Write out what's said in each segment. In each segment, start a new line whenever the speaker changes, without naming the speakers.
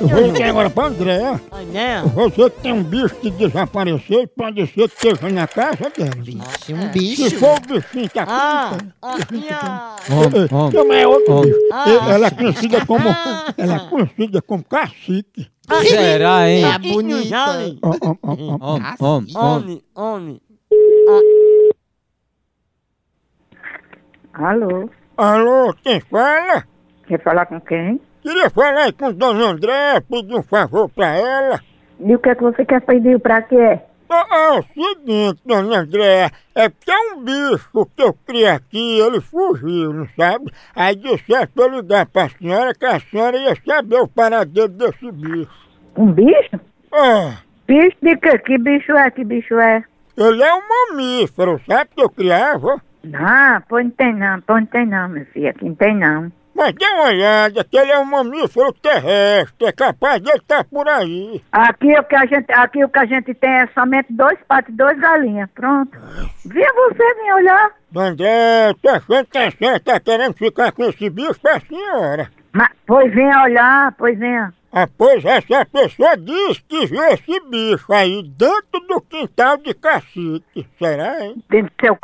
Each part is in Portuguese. Eu vou ligar agora pra Andréa.
Andréa?
Você que tem um bicho que desapareceu, pode ser que esteja na casa dela.
Bicho, um bicho.
Se for o bichinho que
Ah,
apita,
aqui,
eh, eh, não é outro bicho. Eh, Ela é conhecida como,
Ah.
ela é conhecida como cacique.
ó.
Será, hein?
Tá bonita.
Ó, ó, ó, ó.
Om, om, om.
Homem, homem.
Alô,
Alô, quem fala?
quer falar com quem?
Queria falar aí com Dona Andréa, pedir um favor pra ela.
E o que é que você quer pedir pra quê?
Ah, ah, é o seguinte, dona Andréa, é porque é um bicho que eu criei aqui, ele fugiu, não sabe? Aí de certo eu ligar pra senhora que a senhora ia saber o paradeiro desse bicho.
Um bicho?
Ah,
Bicho de quê? Que bicho é? Que bicho é?
ele é um mamífero, sabe que eu criava?
Não, pô, não tem não, pô, não tem não, minha filha, aqui não tem não.
Mas dê uma olhada, que ele é um mamífero terrestre, é capaz de estar por aí.
Aqui é o que a gente, aqui o que a gente tem é somente dois patos e dois galinhas, pronto. Vinha você me olhar.
Dona Andréa, tô achando que a senhora tá querendo ficar com esse bicho pra senhora.
Mas, pois venha olhar, pois venha.
Ah, pois essa pessoa diz que viu esse bicho aí dentro do quintal de cacique. Será, hein?
Dentro do seu c...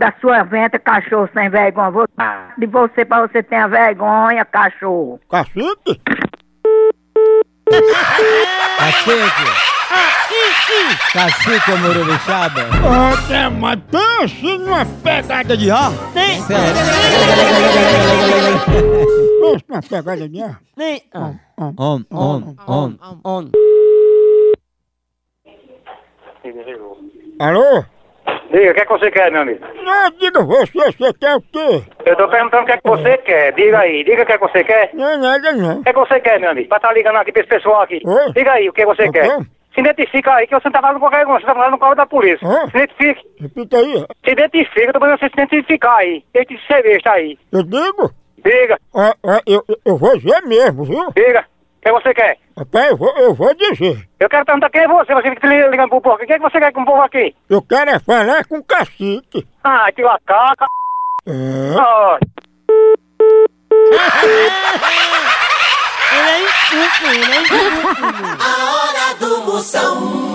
da sua venta, cachorro sem vergonha. Vou de você pra você ter vergonha, cachorro.
Cacique?
Cacique, cacique, morubixaba.
Olha, mas pense numa pegada de ar.
Nem,
Será?
Pense numa pegada de ar.
nem.
Om, om, om.
On.
Alô?
Diga, o que é que você quer, meu amigo?
Não, diga você, você quer o quê?
Eu tô perguntando o que é que você quer. Diga aí, diga o que é que você quer. O
Não é nada, não.
que é que você quer, meu amigo? Pra tá ligando aqui pra esse pessoal aqui.
Oi?
Diga aí o que você
O quê?
quer. Se identifica aí que você não tá falando com qualquer um, você tá falando com o carro da polícia.
Hã?
Se identifique,
Repita aí.
se identifica, eu tô mandando você se identificar aí. Tem que ser besta aí.
Eu digo?
Diga,
Ó, ó, eu, eu- eu vou dizer mesmo, viu?
diga, o que você quer?
Rapaz, eu vou, eu vou dizer.
Eu quero perguntar quem é você, você fica li- ligando pro povo. O que é que você quer com o povo aqui?
Eu quero é falar com o cacique.
Ah, te lacaca,
É.
ó.
Ele é estúpido, ele é estúpido.
A hora do Moção.